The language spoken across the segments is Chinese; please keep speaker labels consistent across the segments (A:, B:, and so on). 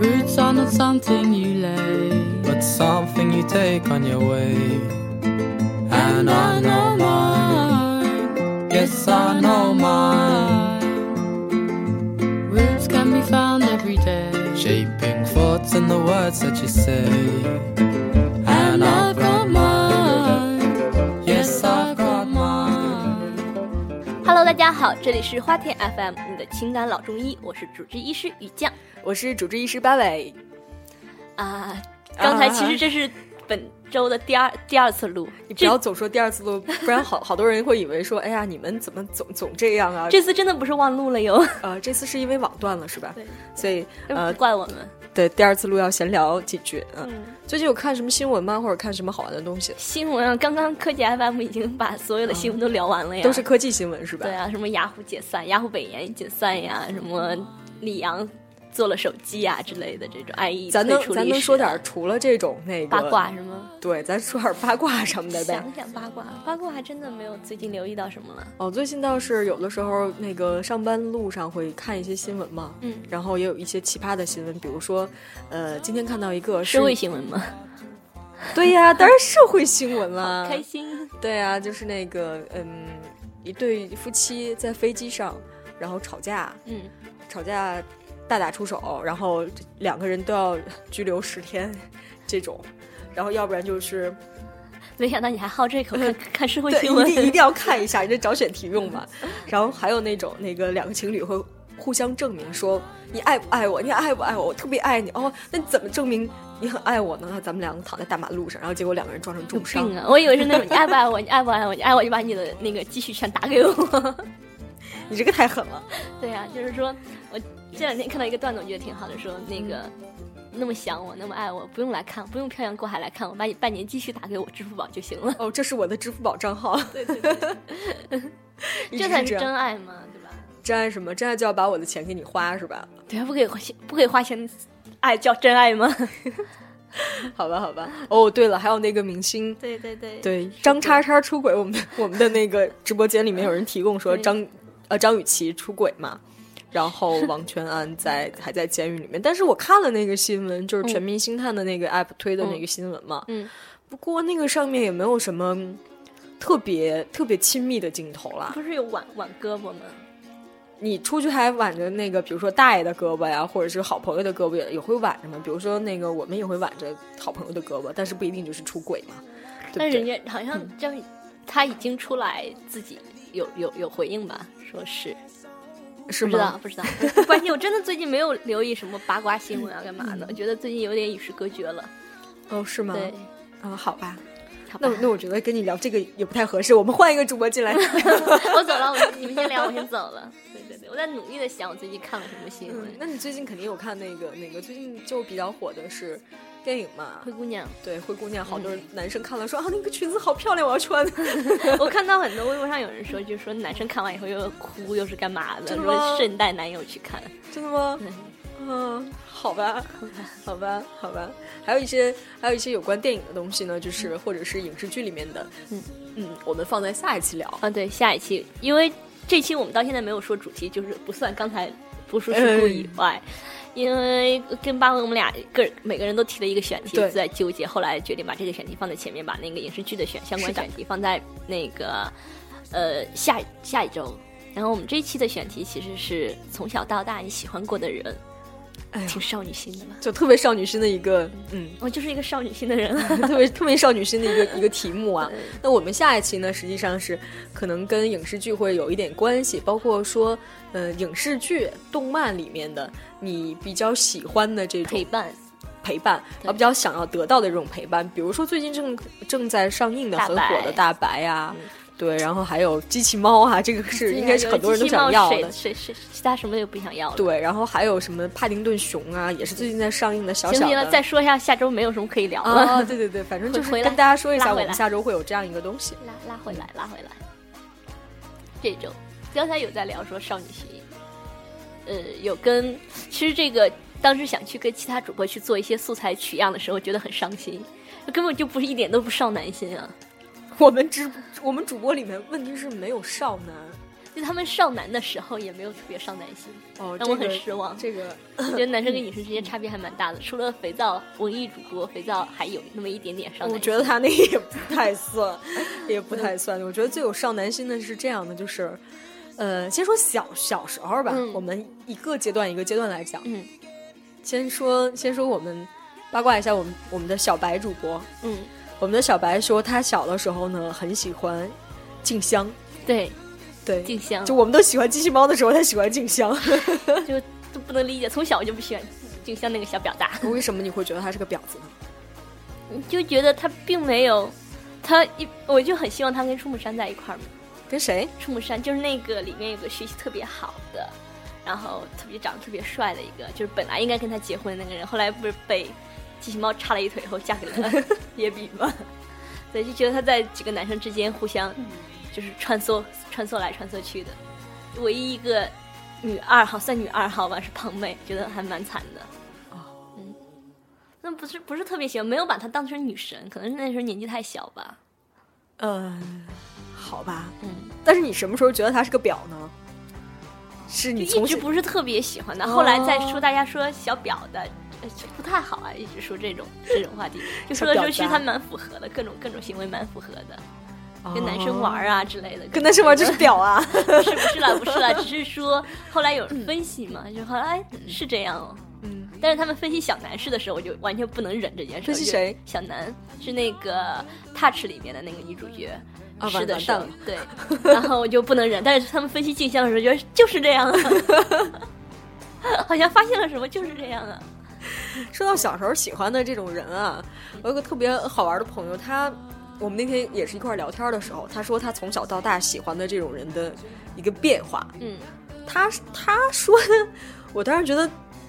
A: Roots are not something you lay.
B: but something you take on your way.
A: And I know mine.
B: yes, I know mine.
A: Roots can be found every day.
B: Shaping thoughts and the words that you say.
A: And I've got mine.
B: yes, I've got mine.
C: Hello，大家好，这里是花田 FM，你的情感老中医，我是主治医师于酱
D: 我是主治医师八尾。
C: 啊。刚才其
D: 啊
C: 实这是本周的第二第二次录，
D: 你不
C: 这
D: 要总说第二次录，不 然好好多人会以为说，哎呀，你们怎么总总这样啊？
C: 这次真的不是忘录了哟，
D: 呃，这次是因为网断了是吧？
C: 对，嗯
D: 所以
C: 不
D: 呃，
C: 怪我们。
D: 对，第二次录要闲聊几句。嗯，
C: 嗯，
D: 最近有看什么新闻吗？或者看什么好玩的东西？
C: 新闻啊，刚刚科技 FM 已经把所有的新闻都聊完了呀，
D: 嗯都是科技新闻是吧？
C: 啊对啊，什么雅虎解散、雅虎北研解散呀，什么李阳做了手机呀之类的这种，爱意
D: 咱
C: 退
D: 能
C: 出历史啊
D: 咱能说点儿除了这种那个
C: 八，卦什么？
D: 对，咱说点儿八卦什么的呗。
C: 想想八卦，八卦还真的没有最近留意到什么了。
D: 哦，最近倒是有的时候那个上班路上会看一些新闻嘛，
C: 嗯
D: 然后也有一些奇葩的新闻，比如说，呃，今天看到一个是
C: 社会新闻吗？
D: 对呀、 当然社会新闻啦，
C: 开心，
D: 对啊，就是那个嗯，一对夫妻在飞机上，然后吵架，
C: 嗯，
D: 吵架大打出手，然后两个人都要拘留十天，这种。然后，要不然就是
C: 没想到你还好这口看看社会
D: 对，
C: 新闻
D: 一，定一定要 看一下，你这找选题用吧。然后还有那种那个两个情侣会互相证明说你爱不爱我，你爱不爱我，我特别爱你哦。那你怎么证明你很爱我呢？那咱们两个躺在大马路上，然后结果两个人撞成
C: 有
D: 重伤
C: 病。啊！我以为是那种你爱不爱我，你爱不爱我，你爱我就把你的那个积蓄全打给我。
D: 你这个太狠了。
C: 对呀、就是说我这两天看到一个段子，我觉得挺好的，说那个、那么想我，那么爱我，不用来看，不用漂洋过海来看我，把你半年积蓄打给我支付宝就行了，
D: 哦，这是我的支付宝账号。对对 对，
C: 这才是
D: 这样
C: 真爱嘛，对吧？
D: 真爱什么？真爱就要把我的钱给你花是吧？
C: 对啊，不给花钱，不给花钱，爱叫真爱吗？
D: 好吧，好吧。哦，对了，还有那个明星，
C: 对对对，
D: 对张叉叉出轨，我们我们的那个直播间里面有人提供说
C: 对
D: 张呃张雨绮出轨嘛，然后王全安在还在监狱里面，但是我看了那个新闻，就是全民星探的那个 app 推的那个新闻嘛，
C: 嗯，
D: 不过那个上面也没有什么特别特别亲密的镜头啦，
C: 不是有挽挽胳膊吗？
D: 你出去还挽着那个，比如说大爷的胳膊呀，或者是好朋友的胳膊也也会挽着嘛，比如说那个我们也会挽着好朋友的胳膊，但是不一定就是出轨嘛，对
C: 但
D: 不
C: 人
D: 对？嗯
C: 家好像张，他已经出来自己有有有回应吧，说是
D: 是
C: 不知
D: 吗
C: 道？不 知道，不关心。我真的最近没有留意什么八卦新闻啊，干嘛的？我觉得最近有点与世隔绝了。
D: 哦，是吗？
C: 对，
D: 嗯，好吧。
C: 好吧
D: 那，我那我觉得跟你聊这个也不太合适，我们换一个主播 进来。
C: 我走了，我你们先聊，我先走了。对对对，我在努力的想我最近看了什么新闻。
D: 嗯那你最近肯定有看那个那个最近就比较火的是电影嘛
C: 灰？姑娘，
D: 对，灰姑娘，好
C: 嗯
D: 多人男生看了说、啊，那个裙子好漂亮，我要穿。
C: 我看到很多微博上有人说，就说男生看完以后又哭，又是干嘛的？
D: 真的
C: 说
D: 吗
C: 顺带男友去看。
D: 真的吗？嗯，好吧，好吧，好吧。还有一些还有一些有关电影的东西呢，就是或者是影视剧里面的，
C: 嗯
D: 嗯，我们放在下一期聊。
C: 啊，对，下一期，因为这期我们到现在没有说主题，就是不算刚才不说事故
D: 嗯
C: 以外，因为跟八文我们俩个每个人都提了一个选题，
D: 对
C: 都在纠结，后来决定把这个选题放在前面，把那个影视剧的选相关
D: 是的
C: 选题放在那个呃下下一周。然后我们这一期的选题其实是从小到大你喜欢过的人，
D: 哎呀
C: 挺少女心的吧？
D: 就特别少女心的一个，嗯，
C: 我就是一个少女心的人，
D: 特别特别少女心的一 个一个题目啊。那我们下一期呢，实际上是可能跟影视剧会有一点关系，包括说，呃，影视剧、动漫里面的你比较喜欢的这
C: 陪
D: 种
C: 伴
D: 陪伴，
C: 对
D: 啊，比较想要得到的这种陪伴，比如说最近正正在上映的
C: 大
D: 很火
C: 白
D: 的《大白》呀
C: 嗯。
D: 对，然后还有机器猫啊，这个是
C: 对
D: 应
C: 呀
D: 该是
C: 有
D: 很多人都
C: 机器猫
D: 想要的
C: 谁。谁谁其他什么也不想要了。
D: 对，然后还有什么帕丁顿熊啊，也是最近在上映的小
C: 行
D: 小
C: 不行了？
D: 的。
C: 再说一下，下周没有什么可以聊了。
D: 啊，对对对，反正就是
C: 回
D: 跟
C: 来
D: 大家说一
C: 拉
D: 下，
C: 回
D: 我
C: 来
D: 们下周会有这样一个东西。
C: 拉拉回来，拉回来。这周刚才有在聊说少女心，呃，有跟其实这个当时想去跟其他主播去做一些素材取样的时候，觉得很伤心，根本就不是一点都不少男心啊！
D: 我们直我们主播里面问题是没有少男
C: 就他们少男的时候也没有特别少男心，
D: 哦，
C: 让我很失望。
D: 这嗯个
C: 我觉得男生跟女生之间差别还蛮大的，除了肥皂文艺主播，肥皂还有那么一点点少男
D: 我
C: 心。
D: 觉得他那个也不太算，也不太算。我觉得最有少男心的是这样的，就是，呃，先说小小时候吧，
C: 嗯
D: 我们一个阶段一个阶段来讲。
C: 嗯
D: 先说先说我们八卦一下我们我们的小白主播，
C: 嗯，
D: 我们的小白说他小的时候呢很喜欢静香，
C: 对，
D: 对，
C: 静香
D: 就我们都喜欢机器猫的时候，他喜欢静香。
C: 就都不能理解，从小我就不喜欢静香那个小表达，
D: 为什么你会觉得他是个婊子呢？
C: 就觉得他并没有，他一我就很希望他跟出木山在一块儿嘛。
D: 跟谁？
C: 出木山就是那个里面有个学习特别好的，然后特别长得特别帅的一个，就是本来应该跟他结婚的那个人，后来不是被机器猫插了一腿后嫁给了 野比吗？所以就觉得他在几个男生之间互相就是穿梭穿梭来穿梭去的，唯一一个女二号算女二号吧是胖妹，觉得还蛮惨的。嗯，那不是不是特别喜欢，没有把她当成女神，可能那时候年纪太小吧。
D: 呃，好吧。
C: 嗯，
D: 但是你什么时候觉得他是个婊呢？是你
C: 就一
D: 从
C: 直
D: 小
C: 不是特别喜欢的，
D: 哦
C: 后来再说大家说小表的。呃就不太好啊，一直说这种这种 话题，就说来说去，
D: 小表啊达
C: 他蛮符合的，各种各种行为蛮符合的，跟男生玩
D: 哦
C: 啊之类的，
D: 跟男生玩就是婊 啊。
C: 不是不是啦，不是啦，只是说后来有人分析嘛，就后来哎是这样哦，
D: 嗯，
C: 但是他们分析小南氏的时候，我就完全不能忍这件事。
D: 分析谁？
C: 小南是那个《Touch》里面的那个女主角。
D: 啊
C: 是
D: 完
C: 的，
D: 完
C: 是
D: 蛋
C: 的
D: 了，
C: 对。然后我就不 能忍，但是他们分析镜像的时候，觉得就是这样啊， 好像发现了什么，就是这样啊。
D: 说到小时候喜欢的这种人啊，我有个特别好玩的朋友，他我们那天也是一块儿聊天的时候，他说他从小到大喜欢的这种人的一个变化，
C: 嗯，
D: 他他说的，我当时觉得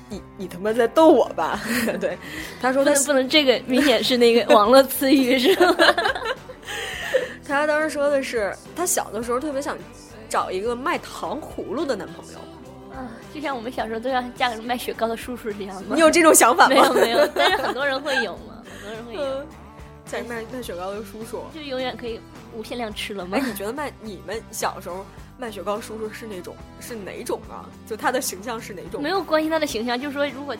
D: 你你他妈在逗我吧？ 对，他说
C: 不
D: 他
C: 能不能，这个明显是那个网络词语是 吧？
D: 他当时说的是他小的时候特别想找一个卖糖葫芦的男朋友，
C: 啊，就像我们小时候都要嫁给卖雪糕的叔叔一样吗？
D: 你有这种想法吗？
C: 没有没有，但是很多人会有嘛，很多人会有，
D: 嗯，在卖卖雪糕的叔叔，
C: 就永远可以无限量吃了吗
D: 哎，？你觉得卖你们小时候卖雪糕叔叔是那种是哪种啊？就他的形象是哪种？
C: 没有关心她的形象，就是说如果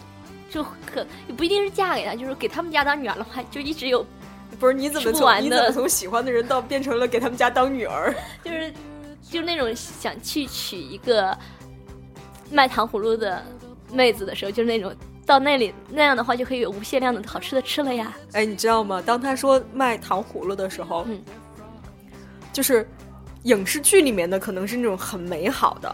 C: 就可也不一定是嫁给他，就是给他们家当女儿的话，就一直有
D: 不是你怎
C: 吃
D: 么
C: 不完
D: 从
C: 的
D: 你怎么从喜欢的人到变成了给他们家当女儿？
C: 就是就是那种想去娶一个卖糖葫芦的妹子的时候，就是那种到那里那样的话，就可以有无限量的好吃的吃了呀。
D: 哎，你知道吗？当他说卖糖葫芦的时候，
C: 嗯
D: 就是影视剧里面的可能是那种很美好的。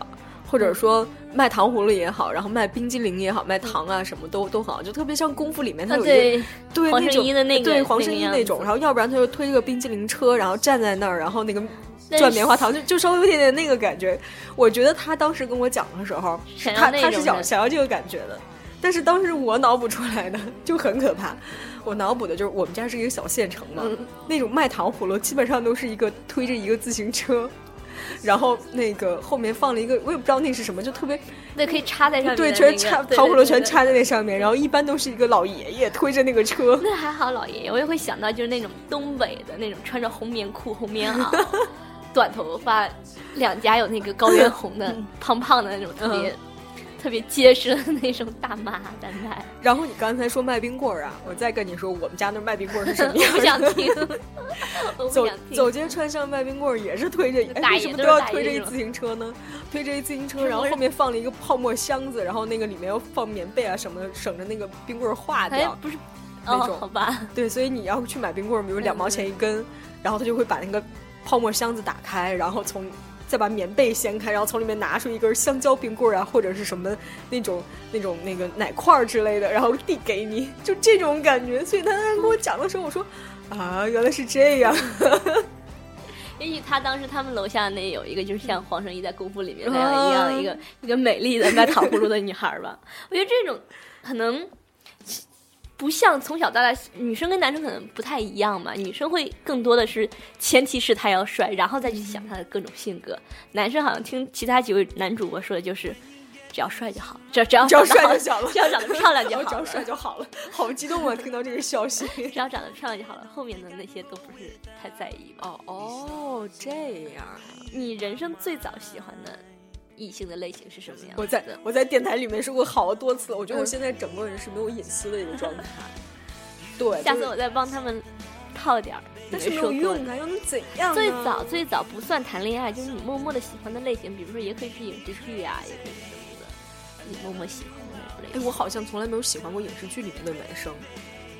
C: 嗯
D: 或者说卖糖葫芦也好，然后卖冰激凌也好，卖糖啊什么都都很好，就特别像功夫里面他
C: 啊，
D: 有一个
C: 对，
D: 对
C: 黄
D: 那
C: 圣
D: 种
C: 依的那个
D: 对黄
C: 那
D: 圣
C: 个
D: 依
C: 样
D: 那种，
C: 子
D: 然后要不然他就推着个冰激凌车，然后站在那儿，然后那个
C: 但
D: 转
C: 是
D: 棉花糖，就就稍微有点点那个感觉。我觉得他当时跟我讲的时候，
C: 想要
D: 他
C: 那
D: 他是
C: 种
D: 想
C: 的
D: 想要这个感觉的，但是当时我脑补出来的就很可怕。我脑补的就是我们家是一个小县城
C: 嗯
D: 嘛，那种卖糖葫芦基本上都是一个推着一个自行车。然后那个后面放了一个，我也不知道那是什么，就特别
C: 对，可以插在上面的那
D: 对，
C: 个、
D: 全插
C: 对
D: 糖葫芦
C: 对
D: 全
C: 对
D: 插在那上面。然后一般都是一个老爷爷推着那个车，
C: 那还好，老爷爷，我也会想到就是那种东北的那种穿着红棉裤、红棉袄、 短头发，两颊有那个高原红的、
D: 嗯
C: 胖胖的那种特别、特别结实的那种大妈在卖，
D: 然后你刚才说卖冰棍儿啊，我再跟你说，我们家那卖冰棍儿是什么
C: 我
D: 样
C: 不想
D: 的？
C: 听，我不
D: 走
C: 想听。
D: 走街串巷卖冰棍儿也是推着，哎，
C: 大
D: 为
C: 爷
D: 什么
C: 都
D: 都
C: 是
D: 要
C: 大爷
D: 推着
C: 是
D: 一
C: 吧
D: 自行车呢？推着一自行车，
C: 是
D: 然后
C: 不是
D: 后面放了一个泡沫箱子，然后那个里面要放棉被啊什么的，省着那个冰棍儿化
C: 哎
D: 掉。，
C: 不是，
D: 那
C: 哦，
D: 种
C: 好吧，
D: 对，所以你要去买冰棍儿，比如两毛
C: 嗯
D: 钱一根，然后他就会把那个泡沫箱子打开，然后从再把棉被掀开，然后从里面拿出一根香蕉冰棍儿啊，或者是什么那种那种那个奶块儿之类的，然后递给你，就这种感觉。所以他当时跟我讲的时候，我说啊，原来是这样。
C: 也许他当时他们楼下那有一个，就是像黄圣依在《功夫》里面那样一样一
D: 哦
C: 个一个美丽的卖糖葫芦的女孩儿吧。 我觉得这种可能不像从小到大，女生跟男生可能不太一样嘛。女生会更多的是前提是她要帅，然后再去想她的各种性格。男生好像听其他几位男主播说的就是。只要帅就好， 只要只要
D: 只要
C: 长得
D: 帅
C: 好
D: 就行了
C: 只要长得漂亮就
D: 然后
C: 好
D: 只要
C: 了，
D: 帅就好了。好激动啊！听到这个消 息。
C: 只要长得漂亮就好了， 后面的那些都不是太在意吧。
D: 哦哦，这样。
C: 啊你人生最早喜欢的异性的类型是什么样？
D: 我在我在电台里面说过好多次了，我觉得
C: 嗯
D: 我现在整个人是没有隐私的一个状 态。对，
C: 下
D: 就
C: 次
D: 是
C: 我再帮他们套点儿。
D: 但是没
C: 说
D: 有
C: 过
D: 用
C: 的。
D: 啊，又能怎样呢？
C: 最早最早不算谈恋爱，就是你默默的喜欢的类型，比如说也可以是影视剧啊，也可以是什么的，你默默喜欢的那种类
D: 哎，
C: 型。
D: 我好像从来没有喜欢过影视剧里面的男生，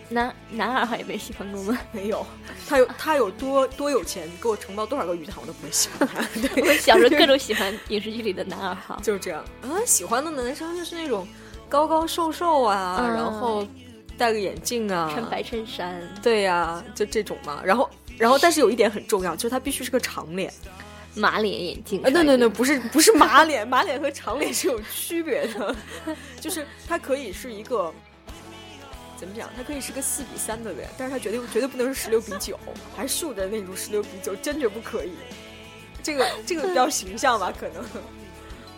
C: 男男二号 也没喜欢过吗？
D: 没有。他有他有多多有钱，给我承包多少个鱼塘，我都不会喜欢他。 对，，
C: 我小时候各种喜欢影视剧里的男二号
D: 就是这样啊。喜欢的男生就是那种高高瘦瘦啊，
C: 嗯
D: 然后戴个眼镜 啊，
C: 穿白衬衫，
D: 对呀、就这种嘛。然后，然后但是有一点很重要，就是他必须是个长脸。
C: 马脸眼镜。
D: 啊，对对对，，不是不是马脸， 马脸和长脸是有区别 的，就是它可以是一个。怎么讲？它可以是个四比三的脸，但是它绝对绝对不能是十六比九，还是竖着那种十六比九，坚决不可以。这个这个比较形象 吧，可能。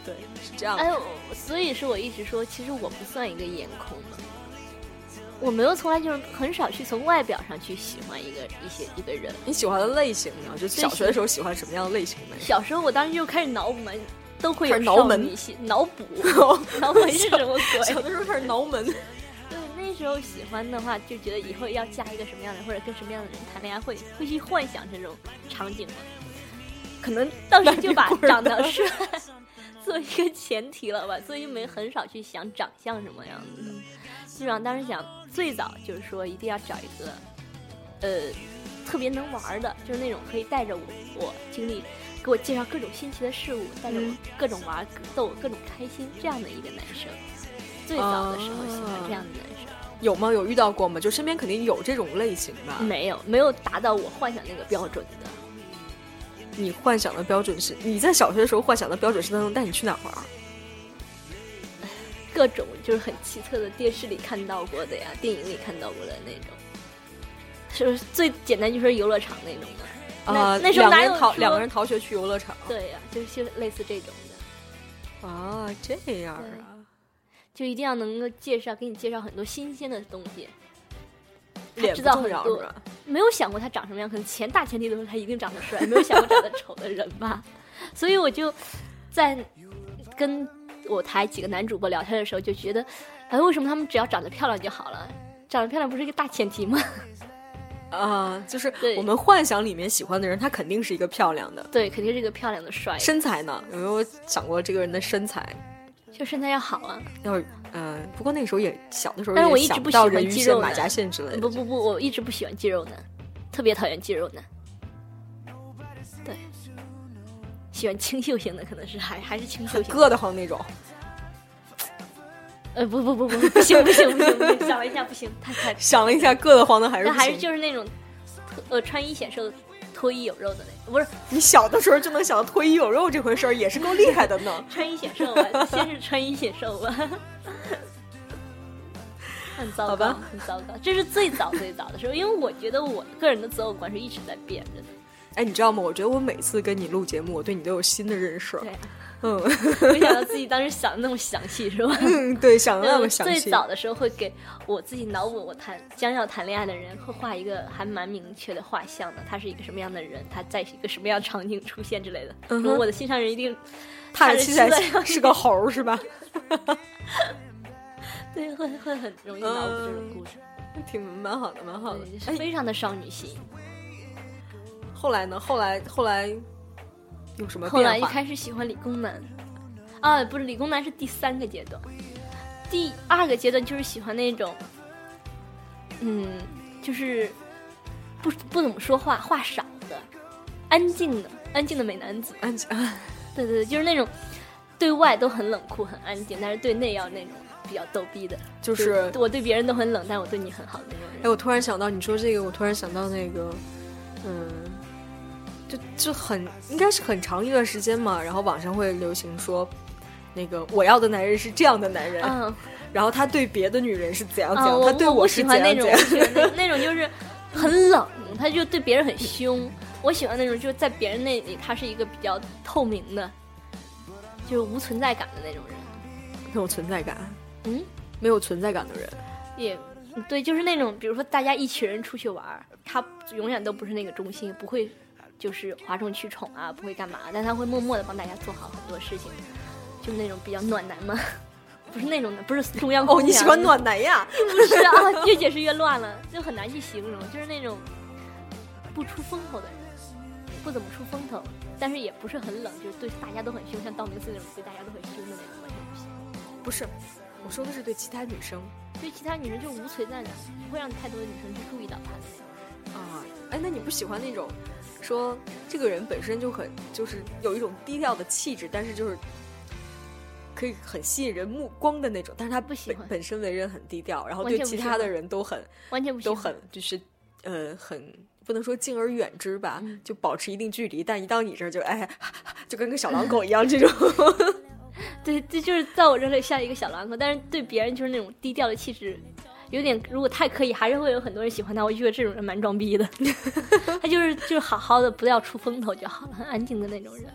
D: 对，是这样的。
C: 哎呦，所以是我一直说，其实我不算一个颜控的，我没有从来就是很少去从外表上去喜欢一个一些一个人。
D: 你喜欢的类型呢？就小学的时候喜欢什么样的类型的？
C: 小时候我当时就开始挠门，都会有
D: 开始挠门
C: 少女心脑 补，挠门是什么
D: 小
C: 鬼？
D: 的时候开始挠门，
C: 对，那时候喜欢的话，就觉得以后要嫁一个什么样的人，或者跟什么样的人谈恋爱，会会去幻想这种场景嘛。可能当时就把
D: 那你会儿
C: 长得 帅做一个前提了吧， 所以就没很少去想长相什么样子的。基本上当时想最早就是说一定要找一个，呃，特别能玩儿的，就是那种可以带着我我经历，给我介绍各种新奇的事物，带着我
D: 嗯
C: 各种玩儿，逗我各种开心这样的一个男生。最早的时候喜欢这样的男生。
D: 有吗？有遇到过吗？就身边肯定有这种类型吧。
C: 没有，没有达到我幻想那个标准的。
D: 你幻想的标准是你在小学的时候幻想的标准是他能带你去哪儿玩儿？
C: 各种就是很奇特的电视里看到过的呀，电影里看到过的那种，是不是最简单就是游乐场那种的？那
D: 啊，
C: 那时候
D: 两
C: 哪有
D: 个人逃
C: 说
D: 两个人逃学去游乐场？
C: 对呀、就是类似这种的，
D: 啊，这样啊，
C: 就一定要能够介绍，给你介绍很多新鲜的东西。
D: 脸
C: 知
D: 不
C: 道
D: 重
C: 很
D: 要
C: 多
D: 是吧？
C: 没有想过他长什么样，可能前大前提都是他一定长得帅，没有想过长得丑的人吧。所以我就在跟我台几个男主播聊天的时候，就觉得，哎，为什么他们只要长得漂亮就好了？长得漂亮不是一个大前提吗？
D: 啊，就是
C: 对
D: 我们幻想里面喜欢的人，他肯定是一个漂亮的。
C: 对，肯定是一个漂亮的帅，
D: 身材呢？有没有想过这个人的身材？
C: 就身材要好啊。
D: 要呃，不过那个时候也小的时候，
C: 但是我一直
D: 想
C: 不
D: 到
C: 喜欢
D: 人鱼
C: 肌
D: 线、
C: 肉
D: 马
C: 男
D: 甲线之类
C: 不
D: 的。
C: 不不，我一直不喜欢肌肉男，特别讨厌肌肉男。对，喜欢清秀型的可能是还还是清秀型的。
D: 硌得慌那种，
C: 呃，不不不不，不行不行不行不行，想了一下不行，太太
D: 想了一下，硌得慌的还是
C: 那
D: 不
C: 还是
D: 行
C: 就是那种，呃，穿衣显瘦、脱衣有肉的那，不是
D: 你小的时候就能想到脱衣有肉这回事儿，也是够厉害的呢。
C: 穿衣显瘦吧，先是穿衣显瘦吧。很糟
D: 好
C: 糕
D: 吧，
C: 很糟糕，这是最早最早的时候，因为我觉得我个人的择偶观是一直在变着的。
D: 哎，你知道吗？我觉得我每次跟你录节目，我对你都有新的认识。
C: 对啊，
D: 嗯
C: 没想到自己当时想的那么详细，是吧？
D: 嗯，对，想 的那么
C: 嗯
D: 详
C: 最
D: 细。
C: 早的时候会给我自己脑补我谈将要谈恋爱的人，会画一个还蛮明确的画像的，他是一个什么样的人，他在一个什么样的场景出现之类的。
D: 嗯哼
C: 说我的心上人一定
D: 踏着
C: 着
D: 七
C: 七
D: 彩
C: 彩
D: 是个猴儿是吧？
C: 对，会会很容易脑补这种故事，
D: 挺蛮好的，蛮好的
C: 对，。就是
D: 嗯哎，
C: 非常的少女心。
D: 后来呢？后来后来有什么
C: 后来
D: 变
C: 一
D: 化？
C: 开始喜欢理工男，啊，不是理工男是第三个阶段，第二个阶段就是喜欢那种，嗯，就是不不怎么说话，话少的，安静的，安静的美男子。
D: 安静啊
C: 对对对，就是那种对外都很冷酷、很安静，但是对内要那种比较逗逼的。
D: 就是
C: 我对别人都很冷，但我对你很好的那种人
D: 哎，。我突然想到你说这个，我突然想到那个，嗯，就就很应该是很长一段时间嘛，然后网上会流行说。那个我要的男人是这样的男人，
C: 嗯，
D: 然后他对别的女人是怎样怎
C: 啊，
D: 样，
C: 我
D: 他对
C: 我不
D: 是
C: 喜
D: 怎
C: 欢那
D: 样
C: 种
D: 怎样，
C: 我喜欢 那那种就是很冷，他就对别人很凶。我喜欢那种就是在别人那里他是一个比较透明的，就是无存在感的那种人。
D: 很有存在感，
C: 嗯，
D: 没有存在感的人，
C: 也对，就是那种，比如说大家一群人出去玩儿，他永远都不是那个中心，不会就是哗众取宠啊，不会干嘛，但他会默默的帮大家做好很多事情，就是那种比较暖男嘛， 不是那种的，不是中央空
D: 哦，你喜
C: 调
D: 欢
C: 那
D: 暖男呀？
C: 不是啊， 越解释越乱了，就很难去形容，就是那种不出风头的人，不怎么出风头，但是也不是很冷，就是对大家都很凶，像道明寺那种对大家都很凶的那种，完全不行。
D: 不是，我说的是对其他女生
C: 对其他女生就无存在感，不会让太多的女生去注意到她的那种。
D: 啊。哎，那你不喜欢那种说这个人本身就很就是有一种低调的气质，但是就是可以很吸引人目光的那种，但是他
C: 不喜
D: 本
C: 欢
D: 本身为人很低调，然后
C: 完
D: 对
C: 全不
D: 其
C: 喜
D: 他的
C: 欢
D: 人都很
C: 完全不行，
D: 都很就是呃很不能说敬而远之吧，
C: 嗯
D: 就保持一定距离，但一到你这儿就哎， 就跟个小狼狗一样这种。
C: 对，这就是在我这里像一个小狼狗，但是对别人就是那种低调的气质，有点如果太刻意，还是会有很多人喜欢他。我就觉得这种人蛮装逼的， 他就是就是好好的，不要出风头就好了，很安静的那种人。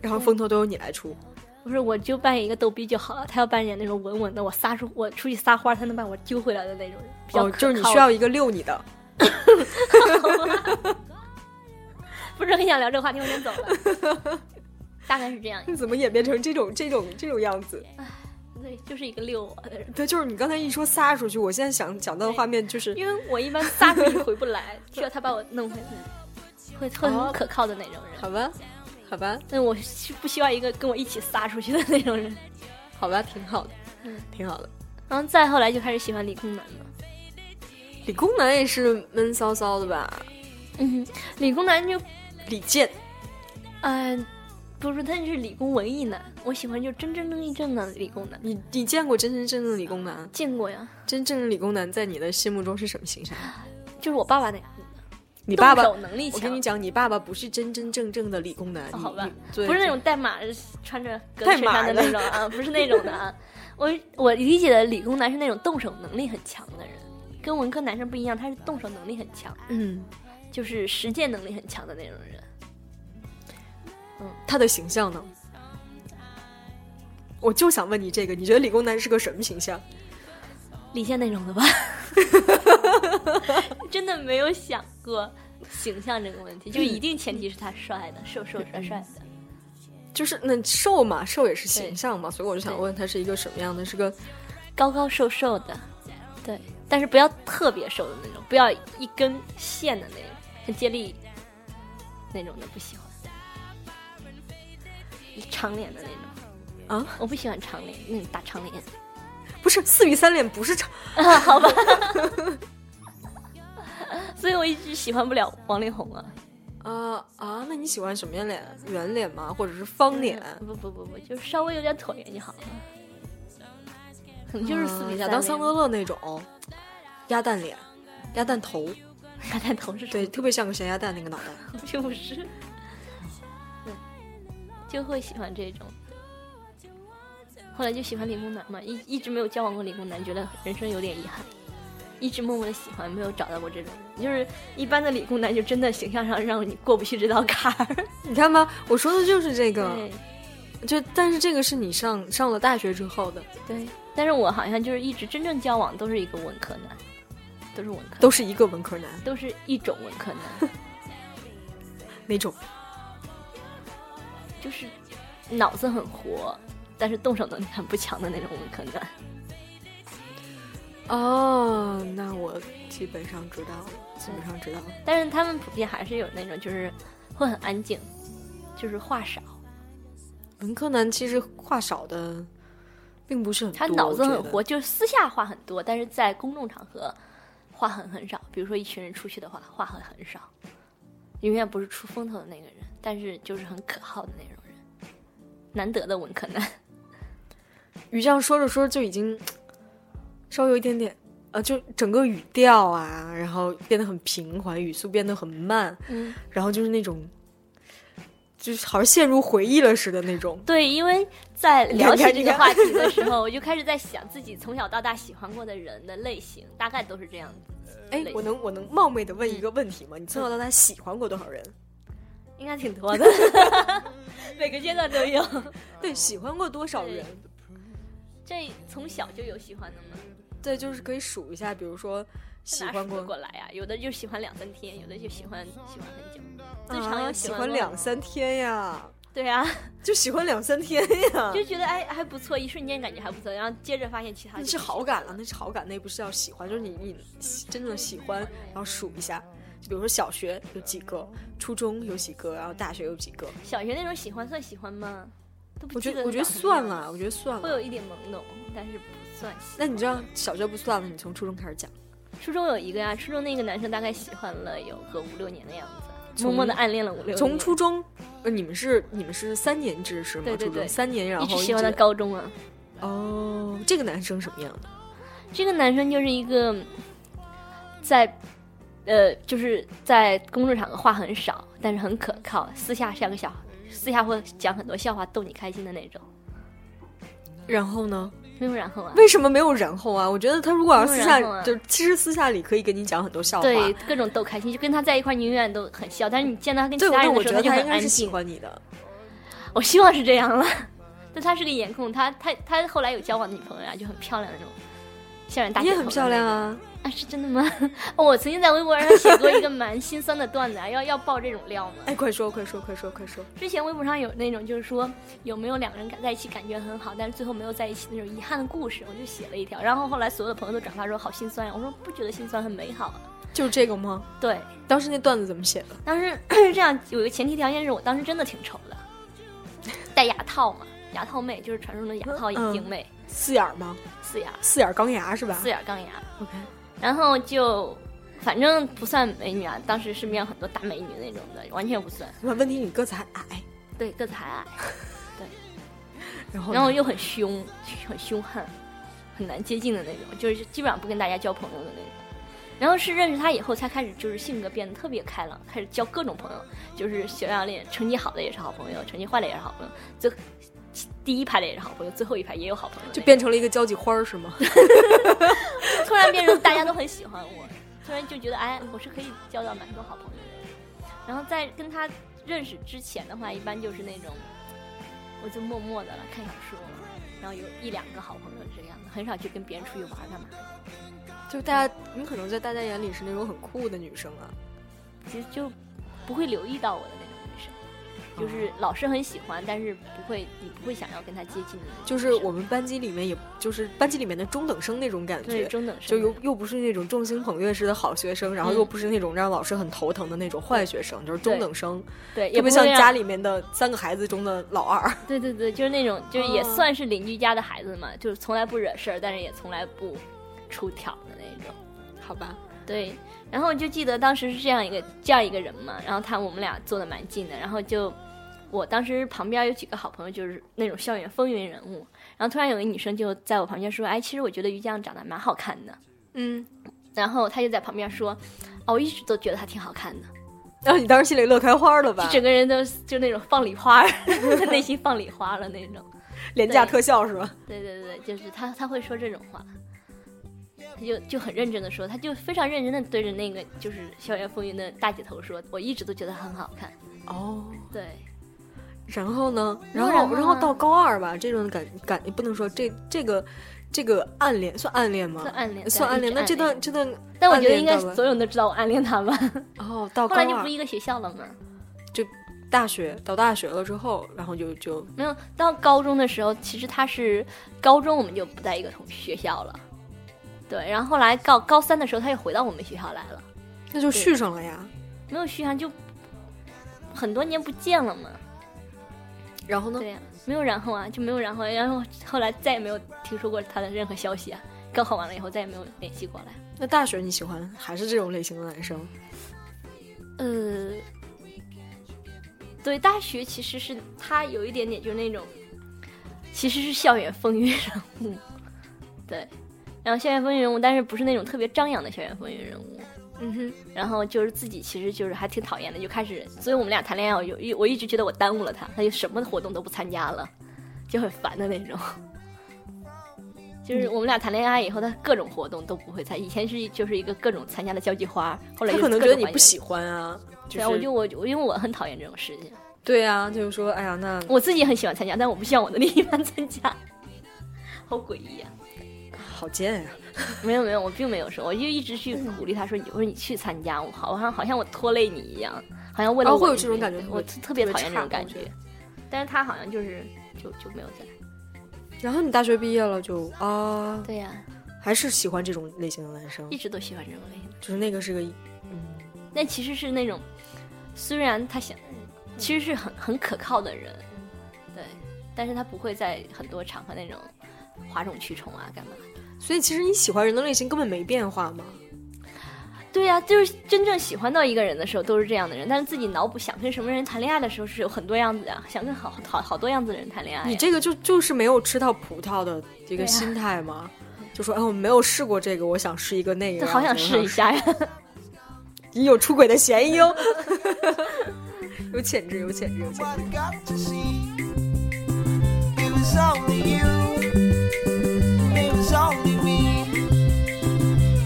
D: 然后风头都由你来出，
C: 不是，我就扮演一个逗逼就好了。他要扮演那种稳稳的，我撒出我出去撒欢儿，他能把我揪回来的那种人，比较
D: 哦，
C: 可
D: 就是你
C: 靠
D: 需要一个遛你的。
C: 不是很想聊这个话题，我先走了。 大概是这样，
D: 你怎么演变成这种这种这种样子？
C: 对，就是一个遛我的人，
D: 对，就是你刚才一说撒出去，我现在想想到的画面就是
C: 因为我一般撒出去回不来，需要他把我弄回来，会会
D: 哦
C: 很可靠的那种人。
D: 好吧，好吧，
C: 但我是不希望一个跟我一起撒出去的那种人。
D: 好吧，挺好的
C: 嗯，
D: 挺好的。
C: 然后再后来就开始喜欢理工男了。
D: 理工男也是闷骚骚的吧？
C: 嗯，理工男就，
D: 李健，
C: 嗯、不是，他就是理工文艺男。我喜欢就真真正正的理工男，
D: 你你见过真真正正的理工男？
C: 见过呀，
D: 真正的理工男在你的心目中是什么形象？
C: 就是我爸爸那样。
D: 你爸爸
C: 动手能力
D: 我
C: 强，
D: 跟你讲，你爸爸不是真真正正的理工男，
C: 哦
D: 你
C: 好吧
D: 你对
C: 不是那种带码穿着格子衬衫的那种啊，不是那种的啊。我我理解的理工男是那种动手能力很强的人，跟文科男生不一样，他是动手能力很强，
D: 嗯，
C: 就是实践能力很强的那种人。
D: 他的形象呢？我就想问你这个，你觉得理工男是个什么形象？
C: 李现那种的吧， 真的没有想过形象这个问题，就
D: 嗯
C: 一定前提是他帅的，瘦瘦帅帅的。
D: 就是那瘦嘛，瘦也是形象嘛，所以我就想问他是一个什么样的？是个
C: 高高瘦瘦的，对，但是不要特别瘦的那种，不要一根线的那种，很接力那种的不喜欢，长脸的那种
D: 啊，
C: 我不喜欢长脸，那种大长脸，
D: 不是四比三脸，不是长
C: 所以我一直喜欢不了王力宏啊，
D: 啊啊？那你喜欢什么样脸？圆脸吗？或者是方脸？
C: 嗯不不不不，就是稍微有点椭圆就好了，可能就是四
D: 啊
C: 比三、
D: 亚当桑德，勒那种鸭蛋脸、鸭蛋头，
C: 他在同事
D: 对，特别像个咸鸭蛋那个脑袋。
C: 就是，对，就会喜欢这种。后来就喜欢理工男嘛，一一直没有交往过理工男，觉得人生有点遗憾，一直默默的喜欢，没有找到过这种人。就是一般的理工男，就真的形象上让你过不去这道坎 儿。
D: 你看吧，我说的就是这个。
C: 对
D: 就但是这个是你上上了大学之后的，
C: 对，但是我好像就是一直真正交往都是一个文科男，都是文科，
D: 都是一个文科男，
C: 都是一种文科男，
D: 哪种？
C: 就是脑子很活，但是动手能力很不强的那种文科男。
D: 哦，那我基本上知道了，基本上知道了。
C: 但是他们普遍还是有那种就是会很安静，就是话少，
D: 文科男其实话少的，并不是很多。
C: 他脑子
D: 我觉
C: 很
D: 得
C: 活，，就是私下话很多，但是在公众场合话很很少。比如说一群人出去的话，话很很少，永远不是出风头的那个人，但是就是很可靠的那种人，难得的文科男。
D: 于酱说着说着就已经稍微有一点点，呃，就整个语调啊，然后变得很平缓，语速变得很慢，
C: 嗯，
D: 然后就是那种，就是好像陷入回忆了似的那种。
C: 对，因为在
D: 你看
C: 聊
D: 你
C: 起
D: 看
C: 这
D: 你
C: 个
D: 看
C: 话题的时候，我就开始在想自己从小到大喜欢过的人的类型，大概都是这样子。
D: 哎，我能我能冒昧的问
C: 嗯
D: 一个问题吗？你从小到大喜欢过多少人？
C: 应该挺多 的，每个阶段都有。
D: 对，喜欢过多少人？
C: 这从小就有喜欢的吗？
D: 对，就是可以数一下，比如说喜
C: 哪
D: 欢
C: 数得过
D: 过
C: 来呀、有的就喜欢两三天，有的就喜欢喜欢很久。最长有
D: 啊，
C: 喜
D: 喜
C: 欢
D: 欢
C: 过
D: 两三天呀，
C: 对
D: 啊
C: 呀、
D: 就喜欢两三天呀，
C: 就觉得哎还不错，一瞬间感觉还不错，然后接着发现其他
D: 那
C: 就是不
D: 好
C: 行
D: 感了，那是好感，那不是叫喜欢，就是你你喜真的喜欢，然后数一下，就比如说小学有几个，初中有几个，然后大学有几个，
C: 小学那种喜欢算喜欢吗？都不
D: 我觉
C: 记
D: 得
C: 得
D: 我觉得
C: 长什么
D: 算
C: 样
D: 了，我觉得算
C: 会有
D: 了。
C: 一点懵懂，但是不算喜
D: 那你知道小学不算了，你从初中开始讲，
C: 初中有一个呀、啊初中那个男生大概喜欢了有个五六年的样子，
D: 从
C: 默默的暗恋了五六年，
D: 从初中，呃，你们是你们是三年制是吗？
C: 对对
D: 初中
C: 对
D: 三年，然
C: 一
D: 后
C: 直喜欢到
D: 一直
C: 高中啊。
D: 哦，这个男生什么样的？
C: 这个男生就是一个在呃，就是在公众场合话很少，但是很可靠，私下像个小，私下会讲很多笑话逗你开心的那种。
D: 然后呢？
C: 没有然后啊，
D: 为什么没有然后啊？我觉得他如果要私下
C: 没有然后，啊
D: 就是其实私下里可以跟你讲很多笑话。
C: 对，各种逗开心，就跟他在一块儿，你永远都很笑。但是你见到他跟其
D: 对，
C: 他
D: 但
C: 人的
D: 我
C: 时
D: 觉
C: 候，
D: 得
C: 就
D: 他
C: 很
D: 应该
C: 安
D: 是喜
C: 静。
D: 欢你的。
C: 我希望是这样了， 但他是个颜控，他他他后来有交往的女朋友啊，就很漂亮那种，校园大
D: 你
C: 姐
D: 也
C: 头
D: 很漂亮啊，
C: 啊，是真的吗？ 哦我曾经在微博上写过一个蛮心酸的段子啊，要要爆这种料吗？
D: 哎，快说，快说，快说，快说！
C: 之前微博上有那种就是说有没有两个人感在一起感觉很好，但是最后没有在一起那种遗憾的故事，我就写了一条。然后后来所有的朋友都转发说好心酸呀，我说不觉得心酸，很美好啊。
D: 就这个吗？
C: 对，
D: 当时那段子怎么写的？
C: 当时是这样，有一个前提条件是我当时真的挺丑的，戴牙套嘛，牙套妹就是传说中的牙套眼镜妹，
D: 四眼儿吗？
C: 四牙
D: 四眼儿钢牙是吧？
C: 四眼钢牙，
D: OK，
C: 然后就反正不算美女啊，当时身边有很多大美女那种的，完全不算。
D: 问问题你个子还矮，
C: 对，啊个子还矮，
D: 然后呢
C: 然后又很凶，很凶悍，很难接近的那种，就是基本上不跟大家交朋友的那种。然后是认识他以后，才开始就是性格变得特别开朗，开始交各种朋友，就是学校里成绩好的也是好朋友，成绩坏的也是好朋友，最第一排的也是好朋友，最后一排也有好朋友那种，
D: 就变成了一个交际花儿是吗？
C: 突然变成大家都很喜欢我，突然就觉得哎，我是可以交到蛮多好朋友的。然后在跟他认识之前的话，一般就是那种，我就默默的了看小说，然后有一两个好朋友这样的，很少去跟别人出去玩儿干嘛。
D: 就大家，你可能在大家眼里是那种很酷的女生啊。
C: 其实就不会留意到我的那种女生，
D: 哦
C: 就是老是很喜欢，但是不会你不会想要跟他接近的那种女生，
D: 就是我们班级里面也，就是班级里面的中等生那种感
C: 对
D: 觉，
C: 中等生
D: 就又又不是那种众星捧月式的好学生，然后又
C: 嗯
D: 不是那种让老师很头疼的那种坏学生，就是中等生，
C: 对，也不
D: 特
C: 会
D: 别像
C: 让
D: 家里面的三个孩子中的老二。
C: 对对对，就是那种，就是也
D: 哦
C: 算是邻居家的孩子嘛，就是从来不惹事儿，但是也从来不出挑的那种。
D: 好吧，
C: 对，然后我就记得当时是这样一个这样一个人嘛，然后他我们俩坐的蛮近的，然后就我当时旁边有几个好朋友，就是那种校园风云人物，然后突然有个女生就在我旁边说：“哎，其实我觉得于酱长得蛮好看的。
D: 嗯，”
C: 然后他就在旁边说：“哦，我一直都觉得她挺好看的。”
D: 然后你当时心里乐开花了吧
C: 就？整个人都就那种放礼花儿， 内心放礼花了那种。
D: 廉价
C: 对
D: 特效是吧？
C: 对对对，就是他他会说这种话，他就就很认真的说，他就非常认真的对着那个就是校园风云的大姐头说，我一直都觉得她很好看。
D: 哦。
C: 对，
D: 然后呢？
C: 然
D: 然后
C: 后
D: 然
C: 呢
D: 后到高二吧，这种感感也不能说这这个这个暗恋算暗恋吗？
C: 算暗恋，
D: 算
C: 对
D: 暗恋。
C: 一直
D: 那这段这段
C: 但我觉得应该
D: 暗恋到了
C: 所有人都知道我暗恋他吧。
D: 哦，到
C: 后
D: 高
C: 来就不
D: 二
C: 一个学校了嘛，
D: 大学到大学了之后，然后就就
C: 没有到高中的时候，其实他是高中我们就不在一个同学校了。对，然后后来高高三的时候，他又回到我们学校来了，
D: 那就续上了呀。
C: 没有续上就很多年不见了嘛。
D: 然后呢？
C: 对呀、没有然后啊，就没有然后，然后后来再也没有听说过他的任何消息啊。高考完了以后再也没有联系过来。
D: 那大学你喜欢还是这种类型的男生？
C: 呃，对，大学其实是他有一点点就是那种，其实是校园风云人物，对，然后校园风云人物，但是不是那种特别张扬的校园风云人物。
D: 嗯哼，
C: 然后就是自己其实就是还挺讨厌的，就开始，所以我们俩谈恋爱，我有一我一直觉得我耽误了他，他就什么活动都不参加了，就很烦的那种。就是我们俩谈恋爱以后，他各种活动都不会参，以前是就是一个各种参加的交际花，后来
D: 他
C: 就
D: 可能
C: 各
D: 觉得
C: 种
D: 你
C: 环
D: 不
C: 节，
D: 喜欢啊。就
C: 对
D: 是
C: 啊，我就我我因为我很讨厌这种事情，
D: 对啊，就是说，哎呀，那
C: 我自己也很喜欢参加，但我不希望我的另一半参加。 好诡异啊！
D: 好贱呀、
C: 没有没有，我并没有说，我就一直去鼓励他说，我说你去参加，我好，我好像好像我拖累你一样，好像为了
D: 哦
C: 我、
D: 会有这种感觉
C: 我
D: 特
C: 特特别
D: 别
C: 讨厌这种
D: 差
C: 感
D: 我觉得
C: 觉。但是他好像就是就就没有在。
D: 然后你大学毕业了就啊，
C: 对呀、
D: 还是喜欢这种类型的男生
C: 一，直都喜欢这种类型的。
D: 就是那个是个嗯
C: 但其实是那种，虽然他想，其实是很很可靠的人，对，但是他不会在很多场合那种哗众取宠啊，干嘛？
D: 所以其实你喜欢人的类型根本没变化嘛。
C: 对呀、就是真正喜欢到一个人的时候都是这样的人，但是自己脑补想跟什么人谈恋爱的时候是有很多样子的，想跟好好好多样子的人谈恋哎爱呀。啊
D: 你这个就就是没有吃到葡萄的一
C: 对
D: 个
C: 啊
D: 心态嘛，就说哎，我没有试过这个，我想试一个那个，
C: 这好想
D: 然后
C: 试一下呀！
D: 你有出轨的嫌疑哦， 有潜质，有潜质，有潜质。
E: what I got to see. It was only you, it was only me.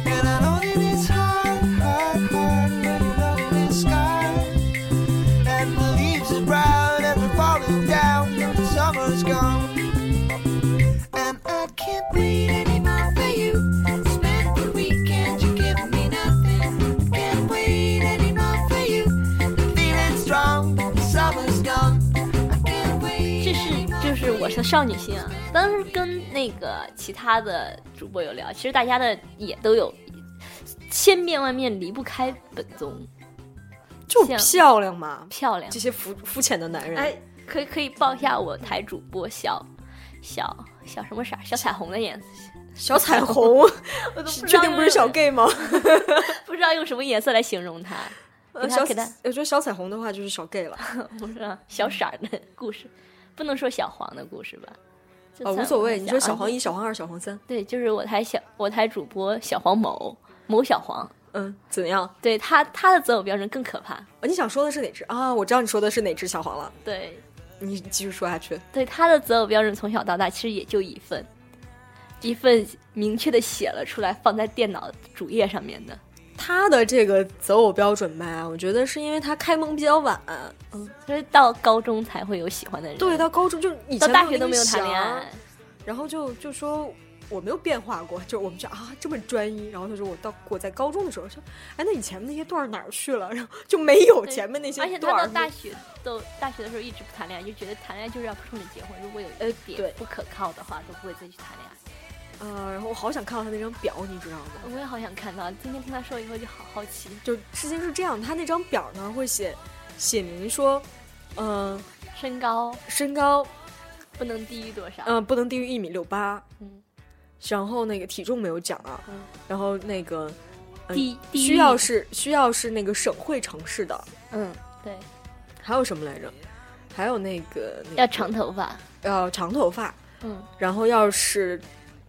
E: And I know that it's hard, hard, hard when you're loving in the sky. And the leaves are brown and they're falling down, and the summer's gone. And I can't wait anymore for you. Spend the weekend, you give me nothing. Can't wait anymore for you. The feeling's strong, the summer's gone. I can't wait.
C: 这是就是我的少女心啊！当时跟那个其他的主播有聊，其实大家的也都有千变万变，离不开本宗
D: 就
C: 像
D: 漂亮嘛，
C: 漂亮
D: 这。些肤肤浅的男人，
C: 哎，可以可以报一下我台主播小小小什么色儿？小彩虹的颜色，
D: 小彩虹，
C: 我都不知道
D: 确定不是小
C: 用
D: gay 吗？
C: 不知道用什么颜色来形容它。给
D: 呃
C: 他
D: 小
C: 给他，
D: 我觉得小彩虹的话就是小 gay 了，
C: 不是啊小色儿的故事，不能说小黄的故事吧？就彩
D: 啊，无
C: 虹
D: 所
C: 的
D: 谓。你说小
C: 啊
D: 黄一、小黄二、小黄三，
C: 对，就是我台小我台主播小黄某某小黄，
D: 嗯，怎么样？啊
C: 对他他的择偶标准更可怕。
D: 你想说的是哪只啊？我知道你说的是哪只小黄了，
C: 对
D: 你继续说下去。
C: 对，他的择偶标准从小到大其实也就一份，一份明确的写了出来放在电脑主页上面的。
D: 他的这个择偶标准吧，我觉得是因为他开蒙比较晚，
C: 嗯，所以到高中才会有喜欢的人，
D: 对，到高中就以
C: 到
D: 前
C: 大学都
D: 没
C: 没有谈
D: 那么
C: 恋
D: 想
C: 爱，，
D: 然后就就说我没有变化过， 就是我们就啊这么专一，然后他说我到我在高中的时候说，哎那以前那些段儿哪儿去了，然后就没有
C: 对
D: 前面那些
C: 而且他
D: 段
C: 到
D: 儿，
C: 大学都大学的时候一直不谈恋爱，就觉得谈恋爱就是要冲着结婚，如果有一点
D: 呃对
C: 不可靠的话，都不会再去谈恋爱。
D: 呃，然后我好想看到他那张表，你知道吗？
C: 我也好想看到，今天听他说以后就好好奇。
D: 就事情是这样，他那张表呢会写写明说，嗯、
C: 身高
D: 身高
C: 不能低于多少？
D: 嗯、呃不能低于一米六八，
C: 嗯，
D: 然后那个体重没有讲啊，
C: 嗯
D: 然后那个嗯
C: 低低于
D: 需要是需要是那个省会城市的，
C: 嗯，对，
D: 还有什么来着？还有那个、那个、
C: 要长头发，
D: 要长头发，
C: 嗯，
D: 然后要是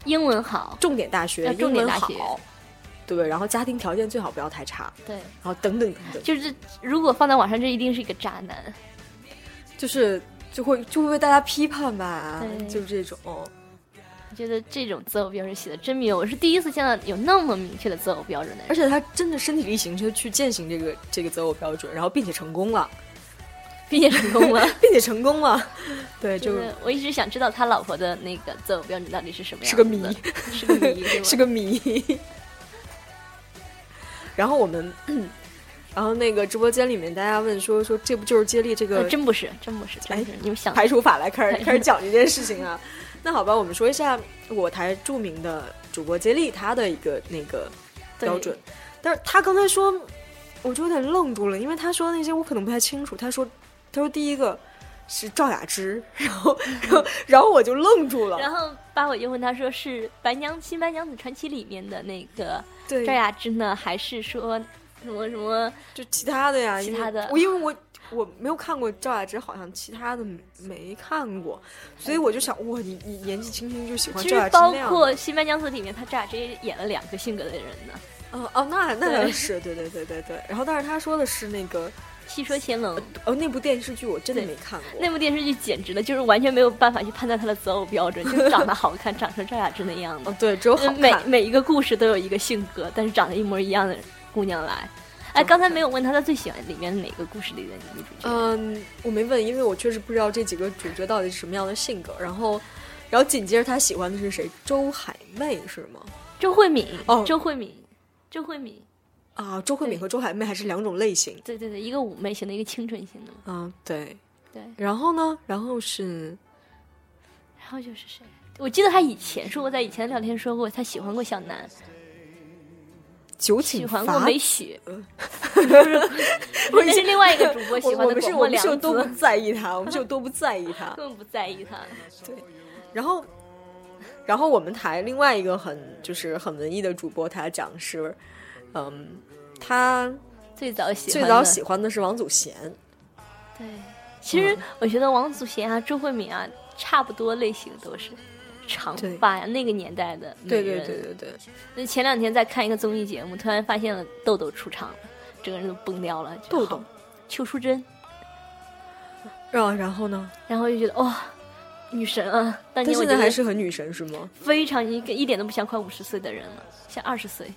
C: 英文好，
D: 重点大学，
C: 要重点大学
D: 英文好，对，然后家庭条件最好不要太差，
C: 对，
D: 然后等等等等，
C: 就是如果放在网上，这一定是一个渣男。
D: 就是就会就会被大家批判吧
C: 对，
D: 就这种。
C: 我觉得这种择偶标准写的真明，我是第一次见到有那么明确的择偶标准的
D: 而
C: 人。
D: 且他真的身体力行就去践行这个这个择偶标准，然后并且成功了，
C: 毕业成功了，
D: 并且成功了， 对，
C: 就
D: 就是
C: 我一直想知道他老婆的那个择偶标准到底是什么样，
D: 是个谜，
C: 是 个谜，
D: 是
C: 是吧
D: 个谜。然后我们，然后那个直播间里面大家问说说这不就是接力这
C: 呃
D: 个
C: 真不是，真不是，
D: 哎
C: 真不是，你们想
D: 排除法来开始开始讲这件事情啊。那好吧，我们说一下我台著名的主播接力他的一个那个标准，但是他刚才说，我就有点愣住了，因为他说那些我可能不太清楚。他说，他说第一个是赵雅芝，然后然后然后我就愣住了。
C: 然后八尾就问他说：“是《白娘新白娘子传奇》里面的那个
D: 对
C: 赵，雅芝呢，还是说什么什么
D: 就其他的呀，
C: 其
D: 因为
C: 他的
D: 我因为我。我没有看过赵雅芝，好像其他的没看过，所以我就想，哇，你你年纪轻轻就喜？”欢
C: 其
D: 赵雅
C: 实
D: 芝
C: 包
D: 那样的，
C: 括《新白娘子》里面，他赵雅芝也演了两个性格的人呢，
D: 哦哦，那那倒
C: 对
D: 是，对对对对对。然后，但是他说的是那个，
C: 《戏说乾隆》
D: 哦，那部电视剧我真的
C: 对
D: 没看过。
C: 那部电视剧简直了，就是完全没有办法去判断他的择偶标准，就是长得好看，长成赵雅芝那样子
D: 哦，。对，只有好
C: 嗯每
D: 看。
C: 每一个故事都有一个性格，但是长得一模一样的姑娘来。哎，
D: 嗯
C: 刚才没有问他，他最喜欢里面哪个故事里的女主角？
D: 嗯，我没问，因为我确实不知道这几个主角到底是什么样的性格。然后，然后紧接着他喜欢的是谁？周海媚是吗？
C: 周慧敏，
D: 哦
C: 周慧敏，周慧敏，
D: 啊，周慧敏
C: 对
D: 和周海媚还是两种类型
C: 对对对，一个妩媚型的，一个清纯型的嘛。
D: 啊。对，
C: 对，
D: 然后呢？然后是
C: 然后就是谁？我记得他以前说过，在以前的聊天说过，他喜欢过小南，
D: 九
C: 喜
D: 品
C: 欢
D: 法
C: 过梅雪，
D: 我
C: 那是另外一个主播喜
D: 我
C: 欢
D: 我
C: 的广
D: 们是
C: 末
D: 我们
C: 凉
D: 是有
C: 子，
D: 多不
C: 根
D: 在意他，我们是有多不在意 他。
C: 本不在意他。
D: 然后，然后我们台另外一个很就是很文艺的主播，他讲是，嗯，他
C: 最早喜欢
D: 最
C: 的
D: 早喜欢的是王祖贤，
C: 对，其
D: 嗯
C: 实我觉得王祖贤啊、周慧敏啊，差不多类型都是长
D: 对
C: 发呀、那个年代的美
D: 对对
C: 人
D: 对对对，
C: 那前两天在看一个综艺节目，突然发现了豆豆出场了，整个人都崩掉了。就
D: 豆
C: 好
D: 豆，
C: 邱淑贞，
D: 然后然后呢？
C: 然后就觉得哇、女神啊！当
D: 他
C: 年我
D: 现
C: 觉
D: 在还
C: 得
D: 是很女神是吗？
C: 非常一个一点都不像快五十岁的人了，像二十岁。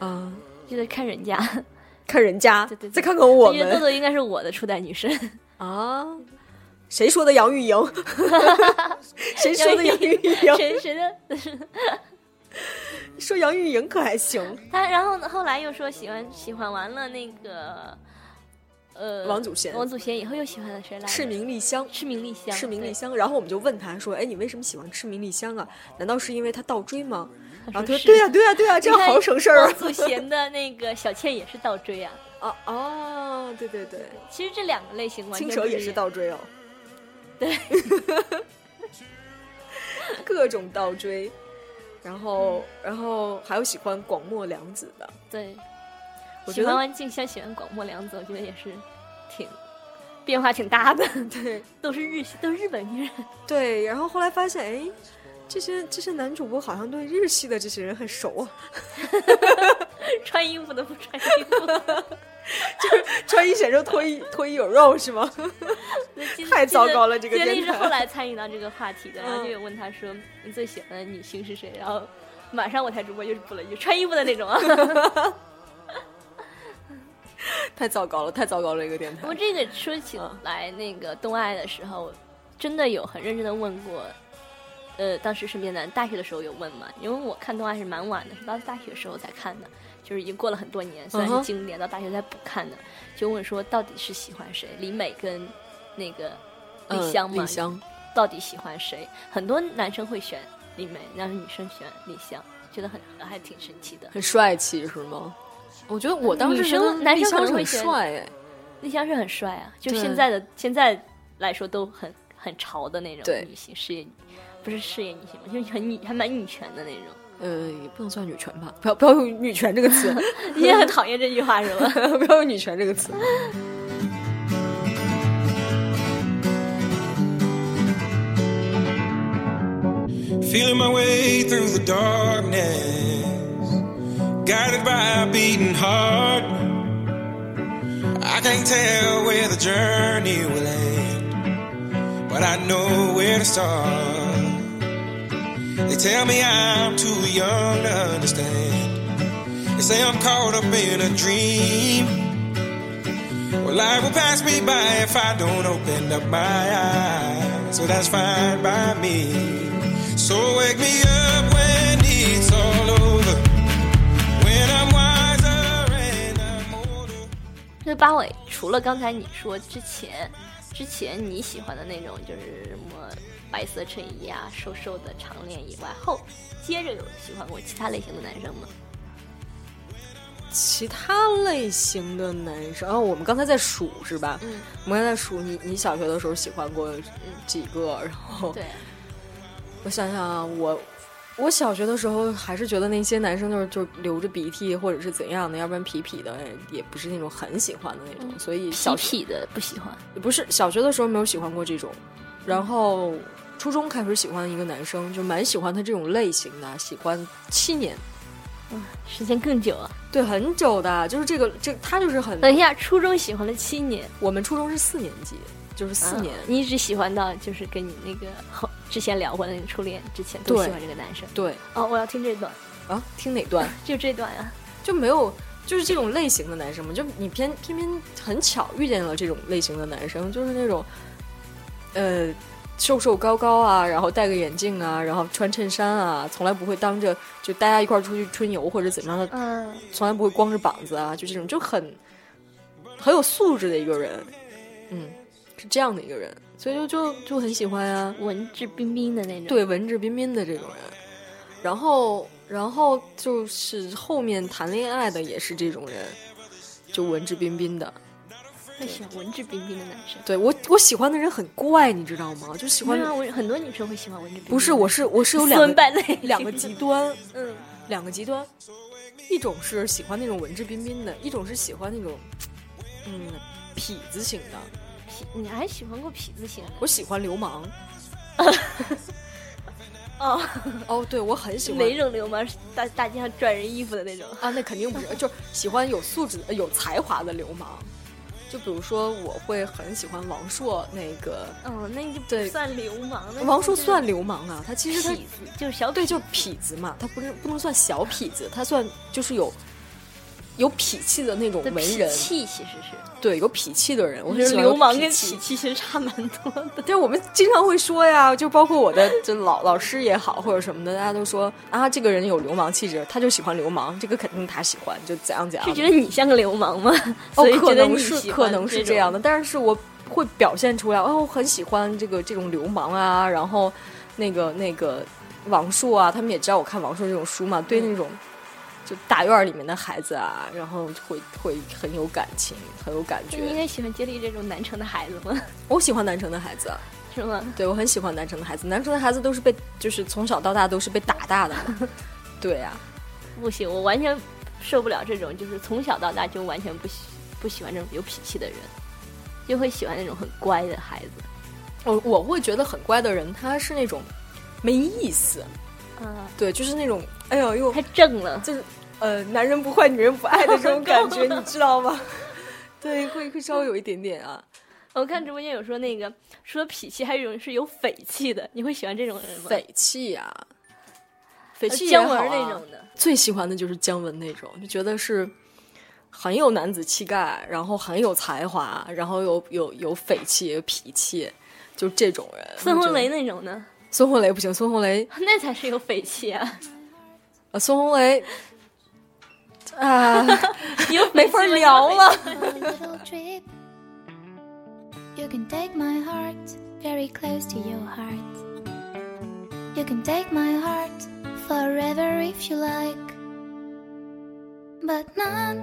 D: 啊，
C: 就在看人家，
D: 看人家
C: 对对，对
D: 再看看我
C: 觉得豆
D: 们
C: 豆应该是我的初代女神。
D: 啊，谁说的杨钰莹？ 谁说的杨钰莹？
C: 谁谁的？
D: 说杨钰莹可还行？
C: 他然后后来又说喜欢喜欢完了那个，呃，
D: 王祖贤
C: 王祖贤以后又喜欢了谁来着？
D: 赤名丽香。
C: 赤名丽香，
D: 赤名丽
C: 对。
D: 香，然后我们就问他说：“哎，你为什么喜欢赤名丽香啊？难道是因为他倒追吗？”然后他
C: 说
D: 说：“
C: 是
D: 啊对呀、对呀、对呀、这样
C: 你看
D: 好省事儿
C: 王祖贤的那个小倩也是倒追啊。
D: 啊！”啊哦，对对对，
C: 其实这两个类型完全
D: 青
C: 不
D: 蛇
C: 一
D: 也是
C: 样，
D: 倒追哦，
C: 对，
D: 各种倒追，然
C: 嗯
D: 后然后还有喜欢广末凉子的，
C: 对。
D: 我
C: 喜
D: 觉
C: 欢
D: 得
C: 完静香，喜欢广末凉子，我觉得也是挺变化挺大的。对，都是日系都是日本女人。
D: 对，然后后来发现哎。这些这些男主播好像对日系的这些人很熟啊，
C: 穿衣服的不穿衣服，
D: 穿一显瘦脱一脱一有肉是吗？
C: 那今
D: 太糟糕了这个
C: 接力
D: 电
C: 是
D: 台
C: 后来参与到这个话题的，然后
D: 嗯
C: 就有问他说你最喜欢的女星是谁，然后马上我台主播就是补了一句穿衣服的那种 啊。
D: 太糟糕了，太糟糕了！这个电
C: 不
D: 台
C: 过这个说起来，那个东爱的时候，真的有很认真的问过，呃，当时身边的人大学的时候有问嘛，因为我看东爱是蛮晚的，是到大学时候才看的，就是已经过了很多年，虽然
D: 嗯
C: 是
D: 哼
C: 经典，到大学才补看的，就问说到底是喜欢谁，李美跟那个
D: 嗯
C: 李湘嘛，
D: 李湘，
C: 到底喜欢谁？很多男生会选李美，然后女生选李湘，觉得很还挺神奇的。
D: 很帅气是吗？我觉得我当时
C: 女
D: 觉得
C: 生男
D: 丽
C: 生可
D: 香
C: 能会
D: 很
C: 觉得
D: 帅哎，
C: 丽香是很帅啊，就
D: 对
C: 现在的现在来说都很很潮的那种
D: 对
C: 女性，事业不是事业女性吧，就是很女还蛮女权的那 种。
D: 呃，也不能算女权吧，不要不要用女权这个词，
C: 你也很讨厌这句话是吧？
D: 不要用女权这个词。
F: Feeling my way through the darkness, guided by a beating heart. I can't tell where the journey will end, but I know where to start. They tell me I'm too young to understand. They say I'm caught up in a dream. Well, life will pass me by if I don't open up my eyes. So that's fine by me. So wake me up when it's all over. When I'm wiser and I'm older.
C: 那八尾，除了刚才你说之前，之前你喜欢的那种就是什么白色衬衣啊、瘦瘦的长脸以外，后接着有喜欢过其他类型的男生吗？
D: 其他类型的男生，哦，我们刚才在数是吧？
C: 嗯，
D: 我们刚才在数你，你小学的时候喜欢过几个？然后
C: 对，
D: 我想想啊，我我小学的时候还是觉得那些男生就是就是流着鼻涕或者是怎样的，要不然痞痞的，哎也不是那种很喜欢的那种，所以
C: 痞
D: 小学
C: 痞的不喜欢。
D: 不是小学的时候没有喜欢过这种，然后初中开始喜欢一个男生，就蛮喜欢他这种类型的，喜欢七年，
C: 时间更久啊！
D: 对，很久的，就是这个这他就是很，
C: 等一下，初中喜欢了七年，
D: 我们初中是四年级，就是四年，
C: 啊你一直喜欢到就是跟你那个后之前聊过的那个初恋之前都
D: 对
C: 喜欢这个男生。
D: 对
C: 哦，我要听这段，
D: 啊，听哪段
C: 就这段啊。
D: 就没有。就是这种类型的男生嘛，就你偏偏偏很巧遇见了这种类型的男生，就是那种，呃，瘦瘦高高啊，然后戴个眼镜啊，然后穿衬衫啊，从来不会当着就大家一块儿出去春游或者怎么样的，
C: 嗯，
D: 从来不会光着膀子啊，就这种就很很有素质的一个人，嗯，是这样的一个人，所以就就就很喜欢呀、
C: 文质彬彬的那种。，
D: 对文质彬彬的这种人，然后然后就是后面谈恋爱的也是这种人，就文质彬彬的。
C: 那喜欢文质彬彬的男生。
D: 对我我喜欢的人很怪，你知道吗？就喜
C: 喜欢
D: 欢、
C: 文，很多女生会喜欢文质彬彬。
D: 不 是我是我是有两
C: 啊酸败
D: 个
C: 类
D: 两个极端，
C: 嗯，
D: 两个极端，一种是喜欢那种文质彬彬的，一种是喜欢那种嗯痞子型的。
C: 痞你还喜欢过痞子型的？
D: 我喜欢流氓
C: 哦，
D: 哦，对我很喜欢
C: 哪种流氓？是大大街上拽人衣服的那种。
D: 啊，那肯定不是，就是喜欢有素质、呃有才华的流氓。就比如说，我会很喜欢王朔哦那个，
C: 嗯，那就不
D: 对
C: 算流氓了。
D: 王朔算流氓啊，他其
C: 嗯痞
D: 实他
C: 子，就是小
D: 对
C: 痞
D: 就是痞子嘛，他不是不能算小痞子，他算就是有有痞气的那种
C: 的
D: 文
C: 痞
D: 人，
C: 气其实是。
D: 对有痞气的人，我
C: 我
D: 很
C: 觉
D: 喜
C: 得
D: 欢
C: 流氓
D: 有
C: 跟
D: 痞
C: 痞
D: 气。
C: 气其实差蛮多的。
D: 对，我们经常会说呀，就包括我的就老老师也好，或者什么的，大家都说啊，这个人有流氓气质，他就喜欢流氓，这个肯定他喜欢，就怎样怎样
C: 是
D: 的。
C: 觉得你像个流氓吗？
D: 哦
C: 所以，觉
D: 可
C: 得
D: 能
C: 你
D: 是
C: 喜
D: 可
C: 欢
D: 能是
C: 这
D: 这
C: 种
D: 样的，但是我会表现出来，哦，我很喜欢这个这种流氓啊，然后那个那个王朔啊，他们也知道我看王朔这种书嘛，
C: 嗯
D: 对那种就大院儿里面的孩子啊，然后会会很有感情，很有感
C: 那你应
D: 觉。
C: 该喜欢接力这种南城的孩子吗？
D: 我喜欢南城的孩子，啊
C: 是吗？
D: 对我很喜欢南城的孩子，南城的孩子都是被就是从小到大都是被打大的 嘛，对呀、
C: 不行，我完全受不了这种，就是从小到大就完全不喜不喜欢这种有脾气的人，就会喜欢那种很乖的孩子。
D: 我我会觉得很乖的人，他是那种没意思，
C: 嗯，
D: 对，就是那种哎呦又
C: 太正了，
D: 就是呃，男人不坏，女人不爱的这种感觉，你知道吗？ 对，会会稍微有一点点啊。
C: 我看直播间有说那个说脾气，还有一种是有匪气的，你会喜欢这种人吗？
D: 匪气啊，匪
C: 呃
D: 气也
C: 姜
D: 好
C: 文
D: 啊
C: 那种的，
D: 最喜欢的就是姜文那种，就觉得是很有男子气概，然后很有才华，然后有有有匪气、有脾气，就这种人。
C: 孙
D: 我觉
C: 红
D: 得
C: 雷，那种呢，
D: 孙红雷不行，孙红雷，
C: 那才是有匪气 啊！
D: 呃、孙红 雷。啊，
C: 有
D: 没法聊了。
G: a little trip. You can take my heart very close to your heart. You can take my heart forever if you like. But not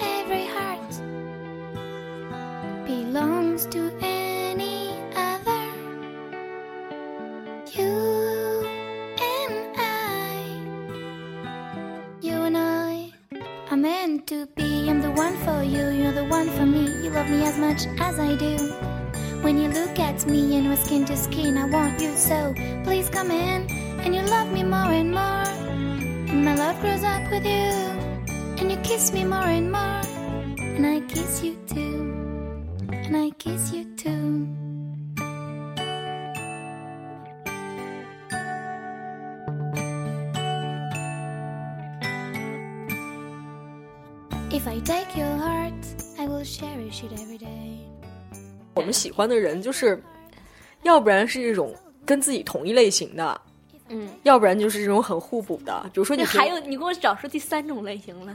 G: every heart belongs to any other. You and I. You and I. I'm meant to be, I'm the one for you, you're the one for me. You love me as much as I do. When you look at me and we're skin to skin, I want you so. Please come in and you love me more and more. And my love grows up with you. And you kiss me more and more. And I kiss you too. And I kiss you too. If I take your heart, I will cherish it every day.
D: 我们喜欢的人就是，要不然是这种跟自己同一类型的，
C: 嗯，
D: 要不然就是这种很互补的，比如说你
C: 那
D: 平
C: 还有，你给我找出第三种类型来，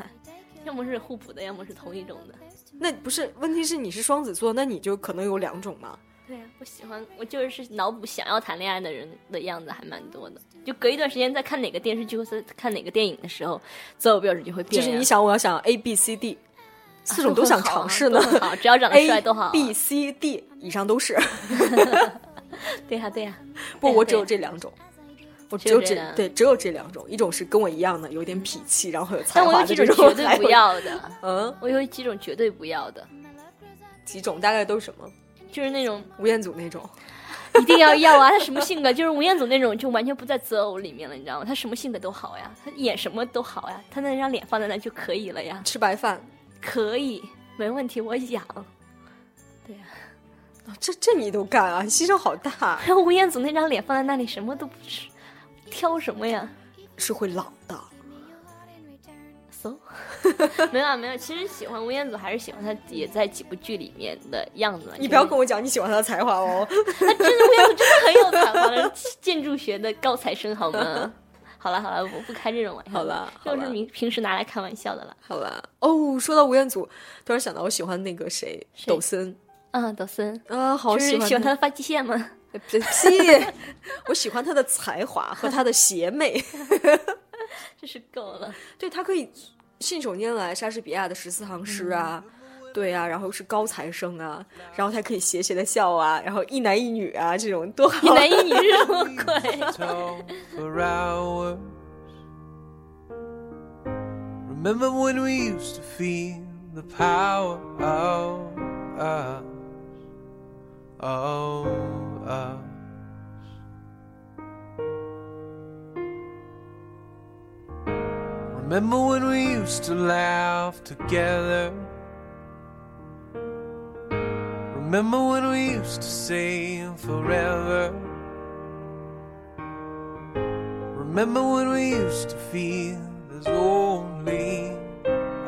C: 要么是互补的，要么是同一种的。
D: 那不是问题是你是双子座，那你就可能有两种嘛。
C: 对呀，我喜欢，我就是脑补想要谈恋爱的人的样子还蛮多的。就隔一段时间在看哪个电视剧或者看哪个电影的时候，择偶标准就会
D: 就
C: 变呀。
D: 是你想，我要想 A B C D，四种
C: 都
D: 想
C: 很好啊
D: 尝试呢
C: 都很好，只要长得
D: ，A
C: 帅都好啊。
D: B C D 以上 都是，
C: 对呀对呀，
D: 不，
C: 对
D: 我只有
C: 对
D: 这两种。我
C: 哎
D: 只
C: 只有
D: 有
C: 这
D: 这
C: 两
D: 对，只有这两种，一种是跟我一样的，有点痞气，然后很有才
C: 但我
D: 华
C: 有
D: 的
C: 几
D: 这
C: 种
D: 种，
C: 绝
D: 还
C: 对
D: 有
C: 不要 的，
D: 嗯，
C: 我有几种绝对不要的，
D: 几种大概都是什么？
C: 就是那种
D: 吴彦祖那种，
C: 一定要要啊！他什么性格？就是吴彦祖那种，就完全不在择偶里面了，你知道吗？他什么性格都好呀，他演什么都好呀，他那张脸放在那就可以了呀，
D: 吃白饭，
C: 可以，没问题，我养。
D: 哦这这你都干啊？你心肠好大，
C: 然后吴彦祖那张脸放在那里，什么都不是，挑什么呀？
D: 是会老的。
C: 搜。 没有啊，没有。其实喜欢吴彦祖还是喜欢他也在几部剧里面的样子嘛。
D: 你不要
C: 就是
D: 跟我讲你喜欢他的才华哦。
C: 很有才华的建筑学的高材生好 吗？好了好了，我不开这种玩笑。
D: 好了好
C: 这种
D: 了
C: 是平平时拿来开玩笑的了。
D: 好吧，哦，说到吴彦祖，突然想到我喜欢那个谁，
C: 谁
D: 抖森
C: 嗯，抖森，
D: 啊，好
C: 就是
D: 喜欢
C: 喜欢他的发际线吗？
D: 屁！我喜欢他的才华和他的邪魅，
C: 真是够 了。
D: 对他可以信手拈来莎士比亚的十四行诗
C: 嗯
D: 啊，对啊，然后是高材生啊，然后他可以邪邪的笑啊，然后一男一女啊，这种多
C: 一
D: 好。
C: 男一 女是什么鬼？
E: Toe for hours. Remember when we used to feel the power of us? Oh, us. Remember when we used to laugh together? Remember when we used to say forever? Remember when we used to feel there's only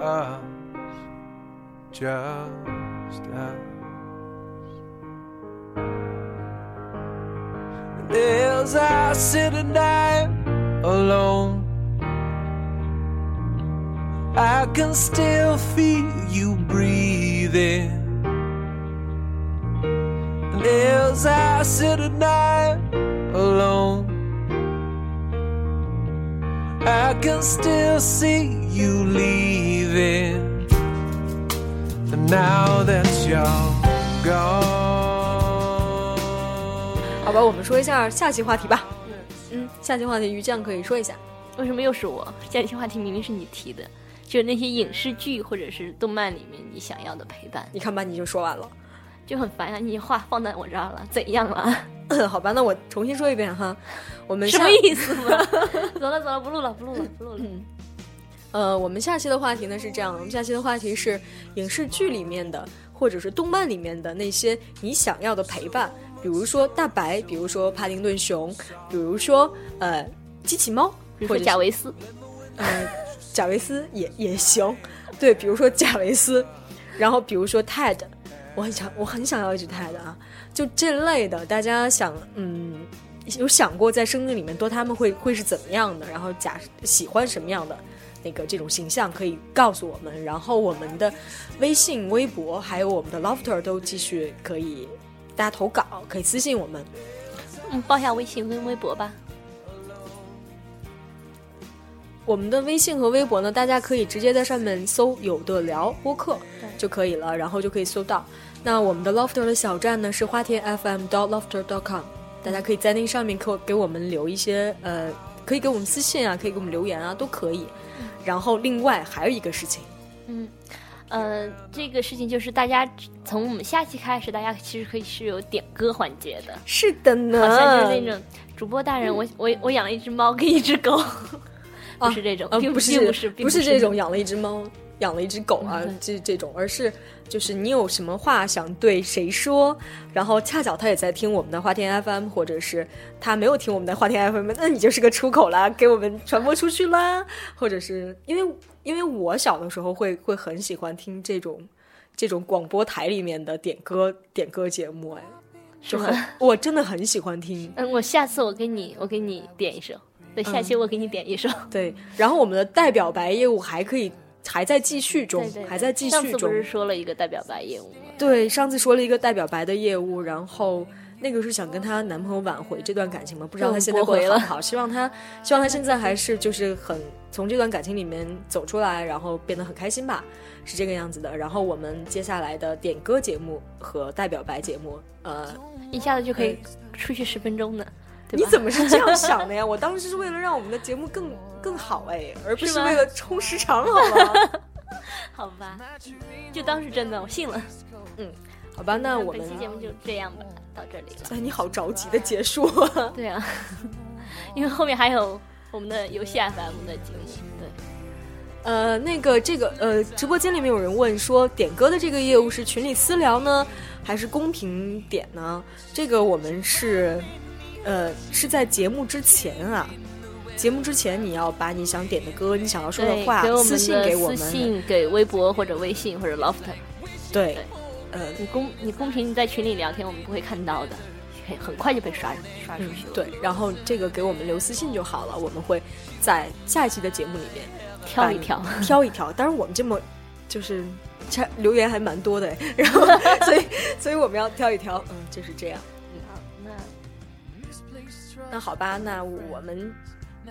E: us, just us. And as I sit and I alone, I can still feel you breathing. And as I sit and I alone. I can still see you leaving. And now that you're gone.
D: 好吧，我们说一下下期话题吧。嗯，下期话题于酱可以说一下。
C: 为什么又是我？下期话题明明是你提的，就是那些影视剧或者是动漫里面你想要的陪伴，
D: 你看吧，你就说完了。
C: 就很烦啊！你话放在我这儿了，怎样了？
D: 好吧，那我重新说一遍哈。我 们
C: 什
D: 下
C: 么意思 嘛？走了走了，不录了不录了不录了。
D: 呃，我们下期的话题呢是这样，我们下期的话题是影视剧里面的，或者是动漫里面的那些你想要的陪伴，比如说大白，比如说帕丁顿熊，比如说呃机器猫，
C: 比如
D: 或
C: 说
D: 者
C: 贾
D: 是
C: 维斯，
D: 呃贾维斯也也行，对，比如说贾维斯，然后比如说 Ted，我很想我很想要一只 Ted 啊，就这类的，大家想嗯。有想过在生命里面多他们会会是怎么样的，然后假喜欢什么样的那个这种形象可以告诉我们，然后我们的微信、微博还有我们的 Lofter 都继续可以大家投稿，可以私信我们。
C: 嗯，报一下微信跟微博吧。
D: 我们的微信和微博呢，大家可以直接在上面搜“有的聊播客”就可以了，然后就可以搜到。那我们的 Lofter 的小站呢是花田 FM dot lofter dot com，大家可以在那上面给我给我们留一些呃，可以给我们私信啊，可以给我们留言啊，都可以。然后另外还有一个事情，
C: 呃，这个事情就是大家从我们下期开始，大家其实可以是有点歌环节的，
D: 是的呢
C: 好像就是那种主播大人，我我我养了一只猫跟一只狗， 不是这种，
D: 啊，
C: 并
D: 不
C: 呃并不是，并
D: 不
C: 是
D: 是这种养了一只猫、养了一只狗啊
C: 嗯，
D: 这这种，而是就是你有什么话想对谁说，然后恰巧他也在听我们的花田 FM，或者是他没有听我们的花田 FM，那你就是个出口啦，给我们传播出去啦，或者是因为因为我小的时候会会很喜欢听这种这种广播台里面的点歌点歌节目，哎，
C: 是
D: 就
C: 吗
D: 很我真的很喜欢听。
C: 嗯，我下次我给你，我给你点一首。对，下期我给你点一首。
D: 对，然后我们的代表白业务还可以还在继续中，
C: 对对对
D: 还在继
C: 上
D: 续
C: 次不
D: 中。
C: 是说了一个代表白业务吗？
D: 对，上次说了一个代表白的业务，然后那个是想跟她男朋友挽回这段感情嘛，不知道她现在过得好不好，希望她希望她现在还是就是很从这段感情里面走出来，然后变得很开心吧，是这个样子的。然后我们接下来的点歌节目和代表白节目，呃，
C: 一下子就可以出去十分钟呢，对
D: 你
C: 吧？
D: 怎么是这样想的呀？我当时是为了让我们的节目更更好哎，而不
C: 是
D: 是
C: 吗
D: 为了充时长，好吗？
C: 好吧，就当是真的，我信了。
D: 好吧，那我
C: 本
D: 们
C: 期节目就这样吧，到这里了。
D: 哎，你好着急的结束啊！
C: 对啊， 因为后面还有我们的游戏 FM 的节目，对，
D: 呃，那个这个呃，直播间里面有人问说，点歌的这个业务是群里私聊呢，还是公屏点呢？这个我们是呃是在节目之前啊，节目之前你要把你想点的歌、你想要说的
C: 对，
D: 话
C: 给我们
D: 私
C: 的
D: 信给我
C: 私
D: 们。
C: 信给微博或者微信或者 Loft。
D: 对，呃，
C: 你公你公屏在群里聊天，我们不会看到的，很很快就被刷刷出去了。
D: 对，然后这个给我们留私信就好了，我们会在下一期的节目里面
C: 挑一挑，
D: 把你 挑一挑。当然我们这么就是这留言还蛮多的，哎然后所以所以我们要挑一挑，嗯，就是这样。那好吧，那我们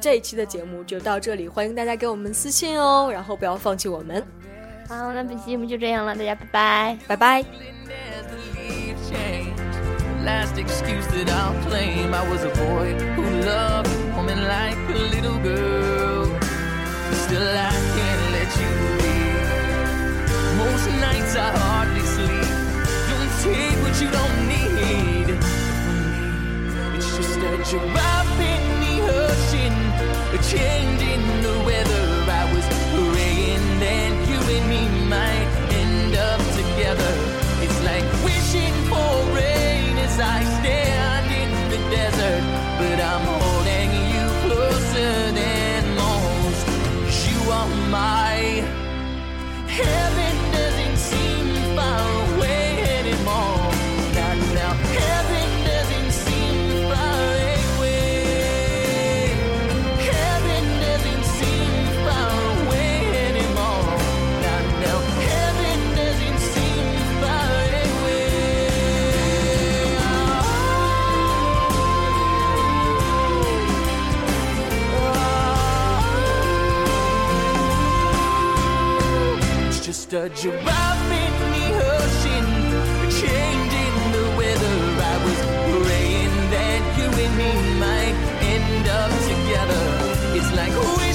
D: 这一期的节目就到这里，欢迎大家给我们私信哦，然后不要放弃我们，
C: 好，那本期节目就这样了，大家拜拜。
D: 拜拜。
E: as the leaves change. Last excuse that I'll claim I was a boy who loved a woman like a little girl. Still, I can't let you leave. Most nights I hardly sleep. Don't take what you don't need. It's just that you're up in the ocean, a change in the weather. I was praying that you and me might end up together. It's like wishing for rain as I stand in the desert, but I'm holding you closer than most. You are my. Heaven doesn't seem far away anymore. Not now. Heaven doesn't seem far away. Heaven doesn't seem far away anymore. Not now. Heaven doesn't seem far Oh. away. It's just a giraffe in the ocean, a change in the weather. I was praying that you and me might end up together. It's like wishing. Oh,